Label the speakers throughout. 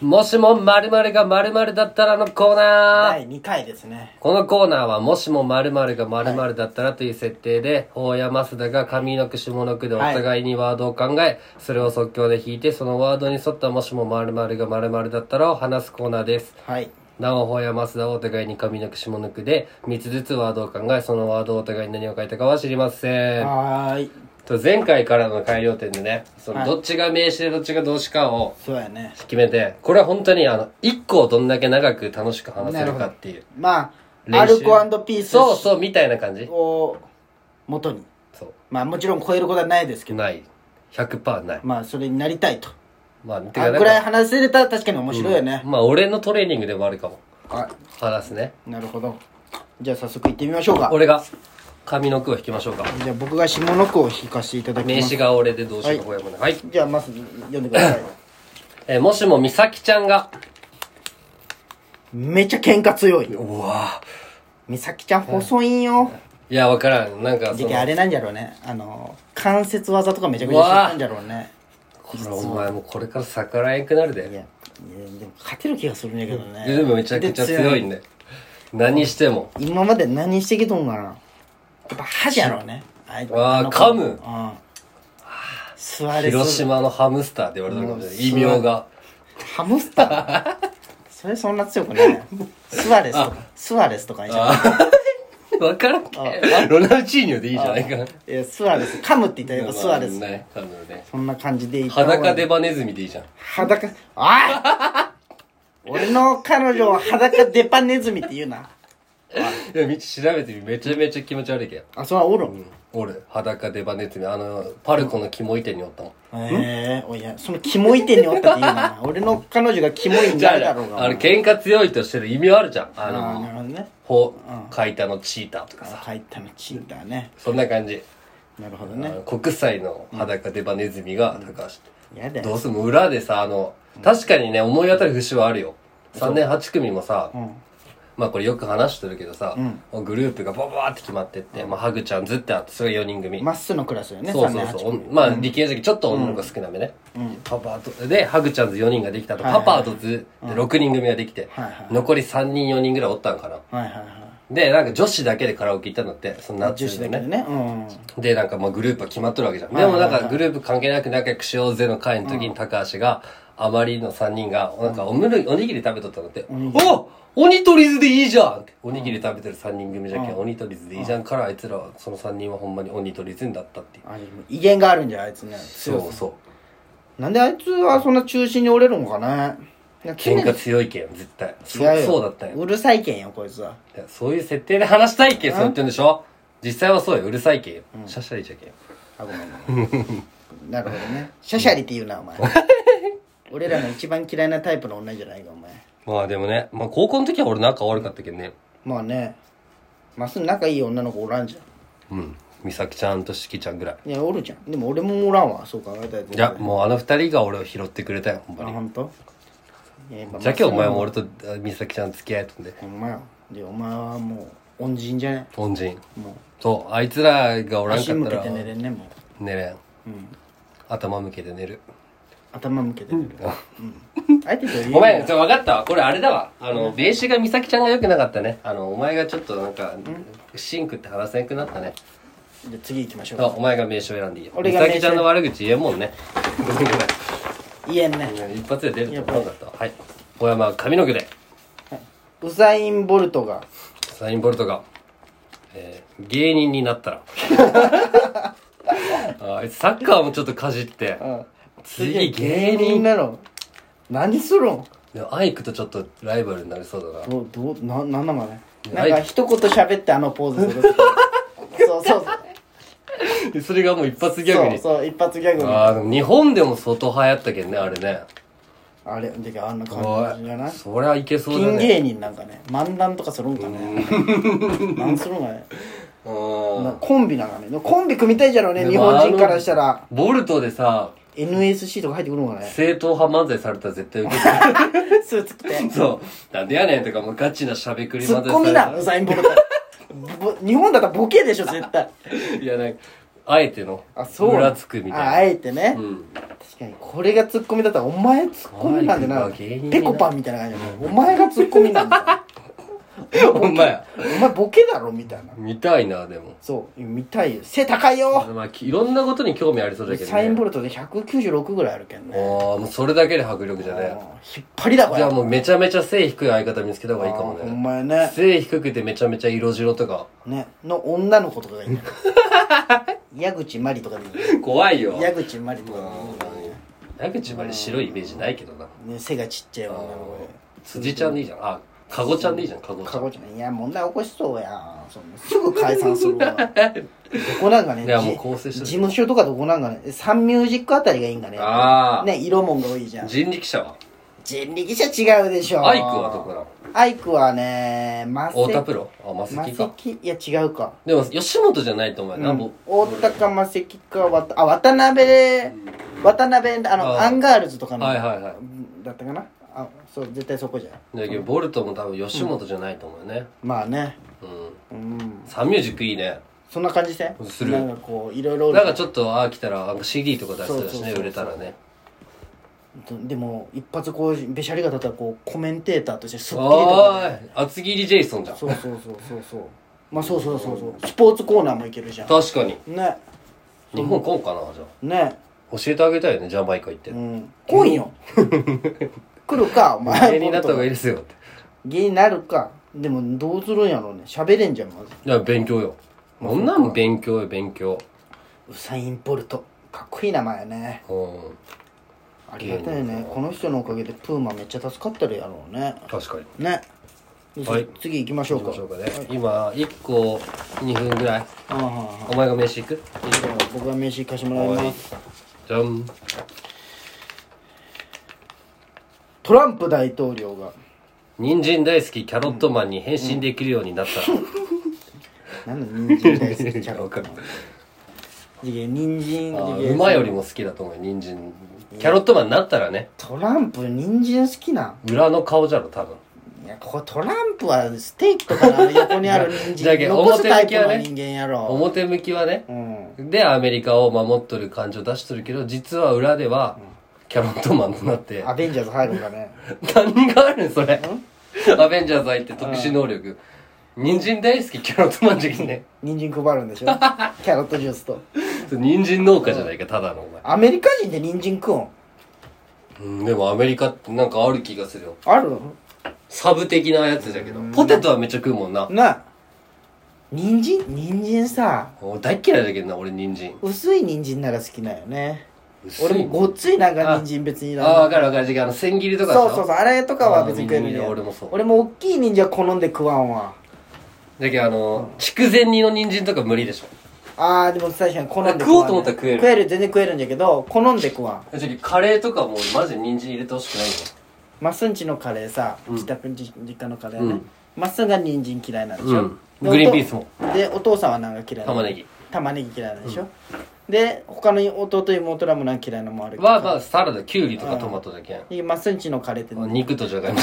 Speaker 1: もしも〇〇が〇〇だったらのコーナー
Speaker 2: 第2回ですね
Speaker 1: このコーナーはもしも〇〇が〇〇だったらという設定で、法や増田が上の句下の句でお互いにワードを考え、それを即興で引いて、そのワードに沿ったもしも〇〇が〇〇だったらを話すコーナーです。
Speaker 2: はい
Speaker 1: なお、法や増田はお互いに上の句下の句で、3つずつワードを考え、そのワードをお互いに何を書いたかは知りません。
Speaker 2: はーい
Speaker 1: と前回からの改良点でね、その
Speaker 2: はい
Speaker 1: どっちが名詞でどっちが動詞かを、
Speaker 2: そうやね
Speaker 1: 決めてこれは本当にあの1個をどんだけ長く楽しく話せるかっていう
Speaker 2: まあア
Speaker 1: 練習
Speaker 2: ルコピース
Speaker 1: そうそうみたいな感じ
Speaker 2: を元に
Speaker 1: そ
Speaker 2: まあもちろん超えることはないですけ
Speaker 1: う
Speaker 2: ど
Speaker 1: ない100%ない
Speaker 2: まあそれになりたいと
Speaker 1: まあてか
Speaker 2: あの
Speaker 1: な
Speaker 2: くらい
Speaker 1: んか
Speaker 2: 話せれたら確かに面白いよね、
Speaker 1: まあ俺のトレーニングでもあるかも
Speaker 2: は
Speaker 1: 話すね
Speaker 2: いなるほどじゃあ早速行ってみましょうか
Speaker 1: 俺が上の句を引きましょうか
Speaker 2: じゃあ僕が下の句を引かせていただきます
Speaker 1: 名詞が俺で動詞がほやもねはい、
Speaker 2: じゃあまず読んでください
Speaker 1: えーもしも美咲ちゃんが
Speaker 2: めっちゃ喧嘩強いう
Speaker 1: わ
Speaker 2: 美咲ちゃん細いんよ、
Speaker 1: いやわからんなんかそ
Speaker 2: で
Speaker 1: の
Speaker 2: けあれなんじゃろうねあの関節技とかめちゃくちゃしてたんじゃろうね
Speaker 1: これお前もうこれから逆らえんくなる
Speaker 2: いや
Speaker 1: で
Speaker 2: いやでも勝てる気がするんやけどね
Speaker 1: いやでもめちゃくちゃ強いん
Speaker 2: で
Speaker 1: で何しても
Speaker 2: 今まで何してきとんかなやっぱ歯じゃろうねあい
Speaker 1: あー
Speaker 2: の子
Speaker 1: 噛む
Speaker 2: うん座れ
Speaker 1: 広
Speaker 2: そう
Speaker 1: 島のハムスターって言われたこと
Speaker 2: う
Speaker 1: で
Speaker 2: ん
Speaker 1: 異名が
Speaker 2: ハムスター それそんな強くないスワレスとかスワレスとかいいじゃん
Speaker 1: 分からんけロナウチーニョでいいじゃないか
Speaker 2: いやスワレス噛むって言ったらやっぱスワレス
Speaker 1: ね多分 ね
Speaker 2: そんな感じでいった方が
Speaker 1: 裸デバネズミでいいじゃん
Speaker 2: 裸あ い俺の彼女は裸デパネズミって言うない
Speaker 1: や道調べてみめちゃめちゃ気持ち悪いけど
Speaker 2: あそれはおるん
Speaker 1: 俺裸デバネズミあのパルコのキモい店におったもん
Speaker 2: ええおいやそのキモい店におったって言うな俺の彼女がキモいん
Speaker 1: じゃ
Speaker 2: だ
Speaker 1: あ
Speaker 2: だろうが
Speaker 1: あの喧嘩強いとしてる意味はあるじゃんあ
Speaker 2: あーな
Speaker 1: の
Speaker 2: るほどね
Speaker 1: ほ書いたのチーターとかさ
Speaker 2: 帰ったのチーターね
Speaker 1: そんな感じ
Speaker 2: なるほど
Speaker 1: あ
Speaker 2: ね
Speaker 1: の国際の裸デバネズミが高橋
Speaker 2: やだ
Speaker 1: ど
Speaker 2: よ
Speaker 1: うするも裏でさあの確かにね思い当たる節はあるよ3年8組もさ、
Speaker 2: ん
Speaker 1: まあこれよく話してるけどさ、グループがバババーって決まってって、まあ、ハグちゃんずってあってそれが4人組、
Speaker 2: まっすーのクラスよね
Speaker 1: そうそう
Speaker 2: 3年
Speaker 1: そ
Speaker 2: 8組
Speaker 1: う、まあ理系の時ちょっと女の子少なめね、パパとでハグちゃんズ4人ができたと、
Speaker 2: はいはい
Speaker 1: パパとズで6人組ができて、
Speaker 2: はいはい
Speaker 1: 残り3人4人ぐらいおったんかな
Speaker 2: はいはいは
Speaker 1: でなんか女子だけでカラオケ行ったんだってその
Speaker 2: い女
Speaker 1: 夏
Speaker 2: 子
Speaker 1: で
Speaker 2: だけど
Speaker 1: ね
Speaker 2: ねうん
Speaker 1: で、なんかまあグループは決まっとるわけじゃん。
Speaker 2: はい
Speaker 1: で
Speaker 2: はい
Speaker 1: も
Speaker 2: は
Speaker 1: ないんかグループ関係なく仲良くしようぜの会の時に高橋が、あまりの3人が、なんかおむる、おにぎり食べとったのって、お鬼取り図でいいじゃんおにぎり食べてる3人組じゃけん、鬼取り図でいいじゃんから、あいつらは、その3人はほんまに鬼取り図になったっていう。
Speaker 2: あでも威厳があるんじゃあいつね
Speaker 1: そ
Speaker 2: 強
Speaker 1: うそう。
Speaker 2: うなんであいつはそんな中心に折れるのかねいや常
Speaker 1: 喧
Speaker 2: に
Speaker 1: 嘩強いけん、絶対。そ
Speaker 2: 違うよ
Speaker 1: そうだったよ。
Speaker 2: うるさいけんよこいつはい
Speaker 1: やそういう設定で話したいけん、そう言ってんでしょ実際はそうよ、うるさいけんよ。シャシャリじゃけんよ。
Speaker 2: あごめんごめ んなるほどねシャシャリって言うなお前俺らの一番嫌いなタイプの女じゃないかお前
Speaker 1: まあでもね、まあ高校の時は俺仲悪かったけんね。
Speaker 2: まあねまっすぐ仲いい女の子おらんじゃ
Speaker 1: うん。美咲ちゃんとしきちゃんぐらい。
Speaker 2: んいやおるじゃんでも俺もおらんわそう考えたら
Speaker 1: いや、もうあの二人が俺を拾ってくれたよ、ほん
Speaker 2: あ
Speaker 1: まに。
Speaker 2: 本当いややっぱ
Speaker 1: じゃあ今日お前も
Speaker 2: まっ
Speaker 1: 俺とあ美咲ちゃん付き合えとんで。
Speaker 2: すぐもほんまよでお前はもう恩人じゃね
Speaker 1: 恩人。
Speaker 2: も
Speaker 1: そう、あいつらがお
Speaker 2: う
Speaker 1: らん
Speaker 2: 足
Speaker 1: かっ
Speaker 2: 向
Speaker 1: た
Speaker 2: け
Speaker 1: ら
Speaker 2: て寝れんねもう
Speaker 1: 寝れん。頭向けて寝る。
Speaker 2: 頭向けて寝るうんあえて女優
Speaker 1: ごめん、そう分かったわ。これあれだわ。あの、ベーシが美咲ちゃんが良くなかったね。あの、お前がちょっとなんか、シンクって話せんくなったね。
Speaker 2: じゃあ次行きましょう
Speaker 1: そう
Speaker 2: か
Speaker 1: お前が名称選んでいいよ。美
Speaker 2: 俺が名刺
Speaker 1: 咲ちゃんの悪口言えんもんね。
Speaker 2: 言えんね
Speaker 1: 一発で出ると思わなかったわ。はい。小山、髪の毛で。
Speaker 2: ウサイン・ボルトが
Speaker 1: サインボルトが、えー芸人になった ら。ああいつサッカーもちょっとかじって。次芸人。
Speaker 2: なの何するん
Speaker 1: でもアイクとちょっとライバルになりそうだな。
Speaker 2: どうどうななんなのね
Speaker 1: は
Speaker 2: ないんか一言喋ってあのポーズする そうそう
Speaker 1: でそれがもう一発ギャグ
Speaker 2: そう
Speaker 1: に。
Speaker 2: そう一発ギャグに
Speaker 1: ああ、でも日本でも相当流行ったけんね、あれね。
Speaker 2: あれてかあんな
Speaker 1: お
Speaker 2: 感じじゃない
Speaker 1: い、そりゃいけそう
Speaker 2: ピ
Speaker 1: だ
Speaker 2: ン
Speaker 1: ね。
Speaker 2: 芸人なんかね漫談とかするん かねなんするんかね
Speaker 1: うん
Speaker 2: なコンビなんかねコンビ組みたいじゃろうね
Speaker 1: でも
Speaker 2: 日本人からしたら
Speaker 1: ボルトでさ、
Speaker 2: NSC とか入ってくるんか ね
Speaker 1: 正統派漫才されたら絶対ウケる。
Speaker 2: スーツ着て
Speaker 1: そう。なんでやねんとかもうガチなしゃべくり漫
Speaker 2: ツ
Speaker 1: 才され
Speaker 2: ッコミ
Speaker 1: たら
Speaker 2: だウサイン・ボルトぼ日本だったらボケでしょ絶対
Speaker 1: いやなんか あえての
Speaker 2: あそう
Speaker 1: ムラつくみ
Speaker 2: ああ
Speaker 1: たい
Speaker 2: えてね、
Speaker 1: なうん
Speaker 2: 確かにこれがツッコミだったらお前ツッコミなんでな
Speaker 1: お前芸人だ
Speaker 2: ペコパンみたいな感じでお前がツッコミなんだ
Speaker 1: お前
Speaker 2: お前ボケだろみたいな
Speaker 1: 見たいなでも
Speaker 2: そう見たいよ背高いよ
Speaker 1: まあいろんなことに興味ありそうだけどね
Speaker 2: サインボルトで196ぐらいあるけんね
Speaker 1: ああもうそれだけで迫力じゃね
Speaker 2: 引っ張りだこれ
Speaker 1: じゃあもうめちゃめちゃ背低い相方見つけた方がいいかも
Speaker 2: あーほ
Speaker 1: ね
Speaker 2: んまやね
Speaker 1: 背低くてめちゃめちゃ色白とか
Speaker 2: ねの女の子とかがいいんだ 矢口真理とかでいい
Speaker 1: 怖いよ
Speaker 2: 矢口真理とかでいいんだね
Speaker 1: 矢口まで白いイメージないけどな
Speaker 2: ね背がちっちゃい女の子で
Speaker 1: 辻ちゃんでいいじゃんあかごちゃんでいいじゃんかごちゃ
Speaker 2: か
Speaker 1: ん
Speaker 2: ごちゃんいや問題起こしそうやんそんなすぐ解散す るわどこなんかね
Speaker 1: いや
Speaker 2: じ
Speaker 1: もう構成して
Speaker 2: 事
Speaker 1: る
Speaker 2: 務所とかどこなんかねサンミュージックあたりがいいんかね
Speaker 1: あー
Speaker 2: ね色もんが多いじゃん
Speaker 1: 人力車は
Speaker 2: 人力車違うでしょ
Speaker 1: アイクはどこなの
Speaker 2: アイクはねマセ
Speaker 1: 太田プロあマセ
Speaker 2: マ
Speaker 1: キ
Speaker 2: セ
Speaker 1: か
Speaker 2: キいや違うか
Speaker 1: でも吉本じゃないと思うよな、
Speaker 2: う
Speaker 1: もうん
Speaker 2: 大高マセキかわたあ渡辺渡辺あの
Speaker 1: あー
Speaker 2: アンガールズとかの
Speaker 1: はいはいはい
Speaker 2: だったかなあそう絶対そこじゃん
Speaker 1: だけどボルトも多分吉本じゃないと思うよね
Speaker 2: まあね
Speaker 1: うん、
Speaker 2: うん
Speaker 1: サンミュージックいいね
Speaker 2: そんな感じせん
Speaker 1: する
Speaker 2: なんかこういろいろ
Speaker 1: なんかちょっとああ来たらあの CD とか出したらし
Speaker 2: そうそう
Speaker 1: ね
Speaker 2: そう
Speaker 1: 売れたらね
Speaker 2: でも一発こうべしゃりが立ったらこうコメンテーターとしてスッキリと
Speaker 1: お
Speaker 2: か、ね、
Speaker 1: ーい厚切りジェイソンじゃん
Speaker 2: そうそうそうそうそうまあそうそうそうそうスポーツコーナーもいけるじゃん
Speaker 1: 確かに
Speaker 2: ね
Speaker 1: 日本来んかなじゃ
Speaker 2: ね
Speaker 1: あ教えてあげたいよねジャマイカ行って
Speaker 2: うん来いよ 来るかお前
Speaker 1: 芸人になった方がいい
Speaker 2: い
Speaker 1: ですよって
Speaker 2: 芸人になるかでもどうするんやろうね喋れんじゃんまず
Speaker 1: いや勉強よこんなん勉強よ勉強
Speaker 2: ウサイン・ボルトかっこいい名前やね
Speaker 1: うん
Speaker 2: ありがたいねこの人のおかげでプーマめっちゃ助かってるやろうね
Speaker 1: 確かに
Speaker 2: ねで
Speaker 1: はい
Speaker 2: 次行きましょう
Speaker 1: どう
Speaker 2: か
Speaker 1: しようかね今1個2分ぐらい
Speaker 2: ああはいはい
Speaker 1: お前が飯行く
Speaker 2: じゃあ僕が名刺行かしてもらいます
Speaker 1: じゃん
Speaker 2: トランプ大統領が
Speaker 1: 人参大好きキャロットマンに変身できるようになった、
Speaker 2: 何だ人参大好きキャロ
Speaker 1: わ
Speaker 2: ット
Speaker 1: か
Speaker 2: マ
Speaker 1: る
Speaker 2: ン次元人参
Speaker 1: あ
Speaker 2: 次元
Speaker 1: 馬よりも好きだと思うよ人参キャロットマンになったらね
Speaker 2: トランプ人参好きなん
Speaker 1: 裏の顔じゃろ多分
Speaker 2: いやここトランプはステーキとかのあの横にある 人
Speaker 1: じゃ
Speaker 2: 参
Speaker 1: あけ
Speaker 2: 残すタイ
Speaker 1: 表向き
Speaker 2: プ
Speaker 1: は
Speaker 2: の
Speaker 1: ね
Speaker 2: 人間やろ
Speaker 1: 表向きはね
Speaker 2: うん
Speaker 1: でアメリカを守っとる感じを出しとるけど実は裏ではキャロットマンとなって
Speaker 2: アベンジャーズ入るんだね
Speaker 1: 何があるんそれアベンジャーズ入って特殊能力人参大好きキャロットマンじゃんね
Speaker 2: 人参配るんでしょ キャロットジュースと
Speaker 1: それ人参農家じゃないかただのお前
Speaker 2: アメリカ人って人参食うん
Speaker 1: うんでもアメリカってなんかある気がするよ
Speaker 2: ある
Speaker 1: サブ的なやつだけどポテトはめっちゃ食うもんな
Speaker 2: な人参人参さ
Speaker 1: お大っ嫌いだけどな俺人参
Speaker 2: 薄い人参なら好きなんよね
Speaker 1: 薄い
Speaker 2: 俺もごっついなんか人参別にい
Speaker 1: あ
Speaker 2: ら
Speaker 1: あ
Speaker 2: な
Speaker 1: わ
Speaker 2: い
Speaker 1: かるわかる違うあの千切りとかでし
Speaker 2: そ
Speaker 1: ょ
Speaker 2: うそうそうあれとかは別に食えるん
Speaker 1: あー
Speaker 2: だよ
Speaker 1: 俺もそう
Speaker 2: 俺も大きい人参は好んで食わんわ
Speaker 1: だけどあの筑前煮の人参とか無理でしょ
Speaker 2: あーでも確かに好んで
Speaker 1: 食おうと思ったら食える
Speaker 2: 食える全然食えるんだけど好んで食わん
Speaker 1: じゃあカレーとかもマジ人参入れてほしくないよ
Speaker 2: まっすんちのカレーさ、
Speaker 1: ん
Speaker 2: 自宅じ実家のカレー
Speaker 1: う
Speaker 2: ね
Speaker 1: ん
Speaker 2: ま、っすんが人参嫌いなんでしょ、
Speaker 1: うん
Speaker 2: で
Speaker 1: グリーンピースも
Speaker 2: お父でお父さんはなんか嫌いなの
Speaker 1: 玉ねぎ
Speaker 2: 玉ねぎ嫌いなんでしょ、で他の弟妹らもなんか嫌いなのもあるけど
Speaker 1: はまあサラダキュウリとかトマトだけん
Speaker 2: でまっすんちのカレーって
Speaker 1: 肉とじゃがいも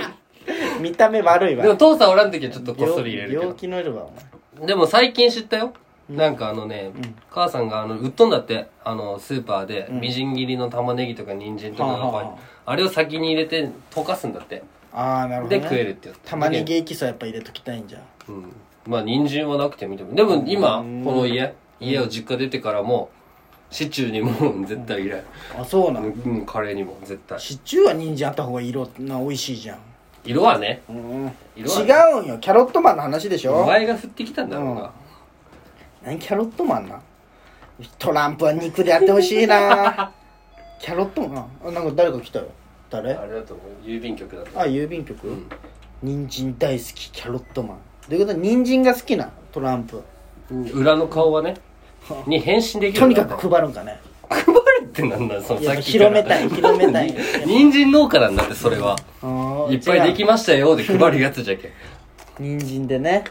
Speaker 2: 見た目悪いわ
Speaker 1: でも父さんおらん時はちょっとこっそり入れ
Speaker 2: 病
Speaker 1: る
Speaker 2: 気の色はお前
Speaker 1: けどでも最近知ったよなんかあのね、母さんがあの売っとんだってあのスーパーで、みじん切りの玉ねぎとか人参とかが
Speaker 2: はあはあは
Speaker 1: あれを先に入れて溶かすんだって
Speaker 2: ああなるほど、ね、
Speaker 1: で食えるってやつ
Speaker 2: 玉ねぎエキスはやっぱ入れときたいんじゃん
Speaker 1: うん、まあ人参はなくてもいいと思うでも今この家家を実家出てからもシチューにも絶対入れん
Speaker 2: あそうな、
Speaker 1: うんんカレーにも絶対
Speaker 2: シチューは人参あった方が色な美味しいじゃん、
Speaker 1: 色はね
Speaker 2: うん、違
Speaker 1: 色は
Speaker 2: うんよキャロットマンの話でし
Speaker 1: お
Speaker 2: ょ
Speaker 1: 前が振ってきたんだろうな、
Speaker 2: 何キャロットマンなトランプは肉でやってほしいな キャロットマンあなんか誰か来たよ誰
Speaker 1: あれだと思う郵便局だと
Speaker 2: あ郵便局、人参大好きキャロットマンどういうこと人参が好きなトランプ
Speaker 1: 裏の顔はねに変身できる
Speaker 2: とにか
Speaker 1: んだ
Speaker 2: く配るんかね
Speaker 1: 配るってなんだその
Speaker 2: いや
Speaker 1: さっきから
Speaker 2: 広めたい広めたい
Speaker 1: 人参農家なんだってそれは
Speaker 2: あー
Speaker 1: いっぱいで
Speaker 2: 違
Speaker 1: きましたよで配るやつじゃけん、
Speaker 2: う人参でね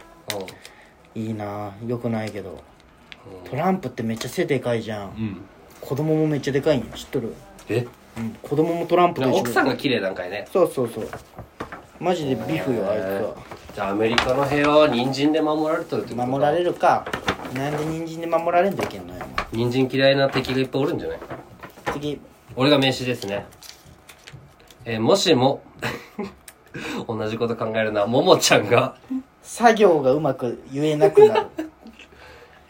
Speaker 1: うん
Speaker 2: いいなよくないけどトランプってめっちゃ背でかいじゃん、
Speaker 1: ん
Speaker 2: 子供もめっちゃでかいんよ知っとる、
Speaker 1: え
Speaker 2: うん、子供もトランプと一緒
Speaker 1: 奥さんが綺麗なんかいね
Speaker 2: そうそうそうマジでビフよあいつは
Speaker 1: じゃあアメリカの平和は人参で守られてるってことか
Speaker 2: 守られるかなんで人参で守られんといけんのよお
Speaker 1: 人参嫌いな敵がいっぱいおるんじゃない
Speaker 2: 前次
Speaker 1: 俺が名刺ですね。えーもしも、 同じこと考えるな、ももちゃんが、
Speaker 2: 作業がうまく言えなくなる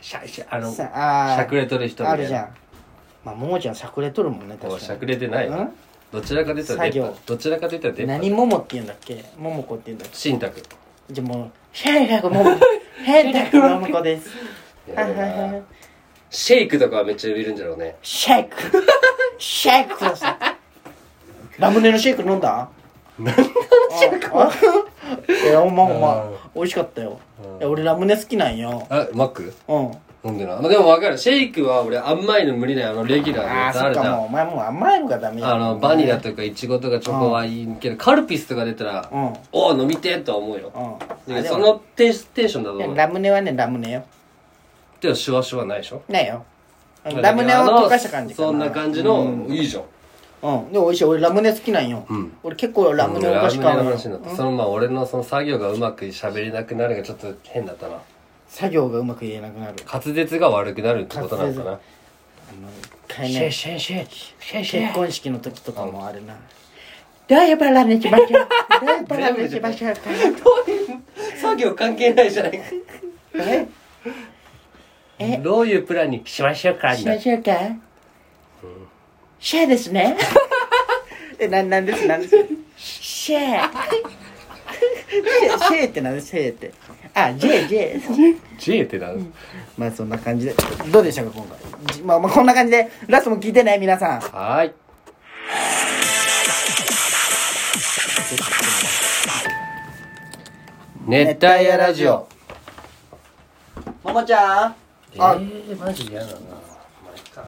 Speaker 1: シャシャ、あの、し
Speaker 2: さ
Speaker 1: ゃ
Speaker 2: あ
Speaker 1: くれとる人
Speaker 2: ー
Speaker 1: み
Speaker 2: あ
Speaker 1: たいな
Speaker 2: るじゃんまあももちゃんしゃくれとるもんね
Speaker 1: お
Speaker 2: 確
Speaker 1: しゃ
Speaker 2: か
Speaker 1: くれてないよ
Speaker 2: うん
Speaker 1: どちらか出たら出っ
Speaker 2: 作
Speaker 1: 歯
Speaker 2: 業
Speaker 1: どちらか出たら出
Speaker 2: に
Speaker 1: っ
Speaker 2: 何
Speaker 1: 歯
Speaker 2: ももって言うんだっけももこって言うんだっけ
Speaker 1: 新宅
Speaker 2: じゃあもうシェイラク ももシェイラクももこです
Speaker 1: や
Speaker 2: は
Speaker 1: だ
Speaker 2: いはいは
Speaker 1: ないシェイクとかはめっちゃ売れるんじゃろうね
Speaker 2: シェイクシェイクくださいラムネのシェイク飲んだ何のシェイクいやほんまほん
Speaker 1: うん
Speaker 2: ま美味しかったよいや俺ラムネ好きなんよ
Speaker 1: あマック
Speaker 2: うん
Speaker 1: 飲んでないまあでも分かるシェイクは俺甘いの無理だよあのレギュラーの
Speaker 2: あ
Speaker 1: や
Speaker 2: あ
Speaker 1: つあ
Speaker 2: そっ
Speaker 1: るじ
Speaker 2: か
Speaker 1: ゃ
Speaker 2: も
Speaker 1: ん
Speaker 2: うお前もう甘いのがダメだ
Speaker 1: あのバニラとかイチゴとかチョコはいいけどカルピスとか出たら
Speaker 2: うんうん
Speaker 1: おお飲みてえとは思うよ
Speaker 2: あ
Speaker 1: で
Speaker 2: で
Speaker 1: そ
Speaker 2: も
Speaker 1: のテンシテンションだと
Speaker 2: いや
Speaker 1: 思う
Speaker 2: ラムネはねラムネよ
Speaker 1: でもシュワシュワないでしょ
Speaker 2: ないよラムネを溶かした感じかな
Speaker 1: そんな感じのいいじゃん
Speaker 2: うんでも美味しい俺ラムネ好きなんよ
Speaker 1: ん
Speaker 2: 俺結構ラムネお菓子買
Speaker 1: ラ
Speaker 2: う
Speaker 1: ムネの
Speaker 2: のよ
Speaker 1: 話になったそのまあ俺のその作業がうまく喋れなくなるがちょっと変だったな
Speaker 2: 作業がうまく言えなくなる
Speaker 1: 滑舌が悪くなるってことなのかな
Speaker 2: 買え
Speaker 1: シ
Speaker 2: な
Speaker 1: ェ
Speaker 2: い
Speaker 1: シェシェシェシ
Speaker 2: 結
Speaker 1: ェ
Speaker 2: 婚式の時とかもあるな。どういうバラにしましょう。どういうバラにしましょうか。
Speaker 1: 作業関係ないじゃないか
Speaker 2: え、
Speaker 1: どういうプランにしましょうか
Speaker 2: しましょうか。シェアですね。 え、なん、なんです、なんです。シェア。シェアシェアってなんです、シェアって。あ、ジェイジェイ。
Speaker 1: J ってなん
Speaker 2: まあ、そんな感じで。どうでしたか、今回。じまあ、まあ、こんな感じで、ラストも聞いてね、皆さん。
Speaker 1: はーい熱帯夜ラジオ
Speaker 2: ももちゃん。
Speaker 1: えー、マジ嫌だな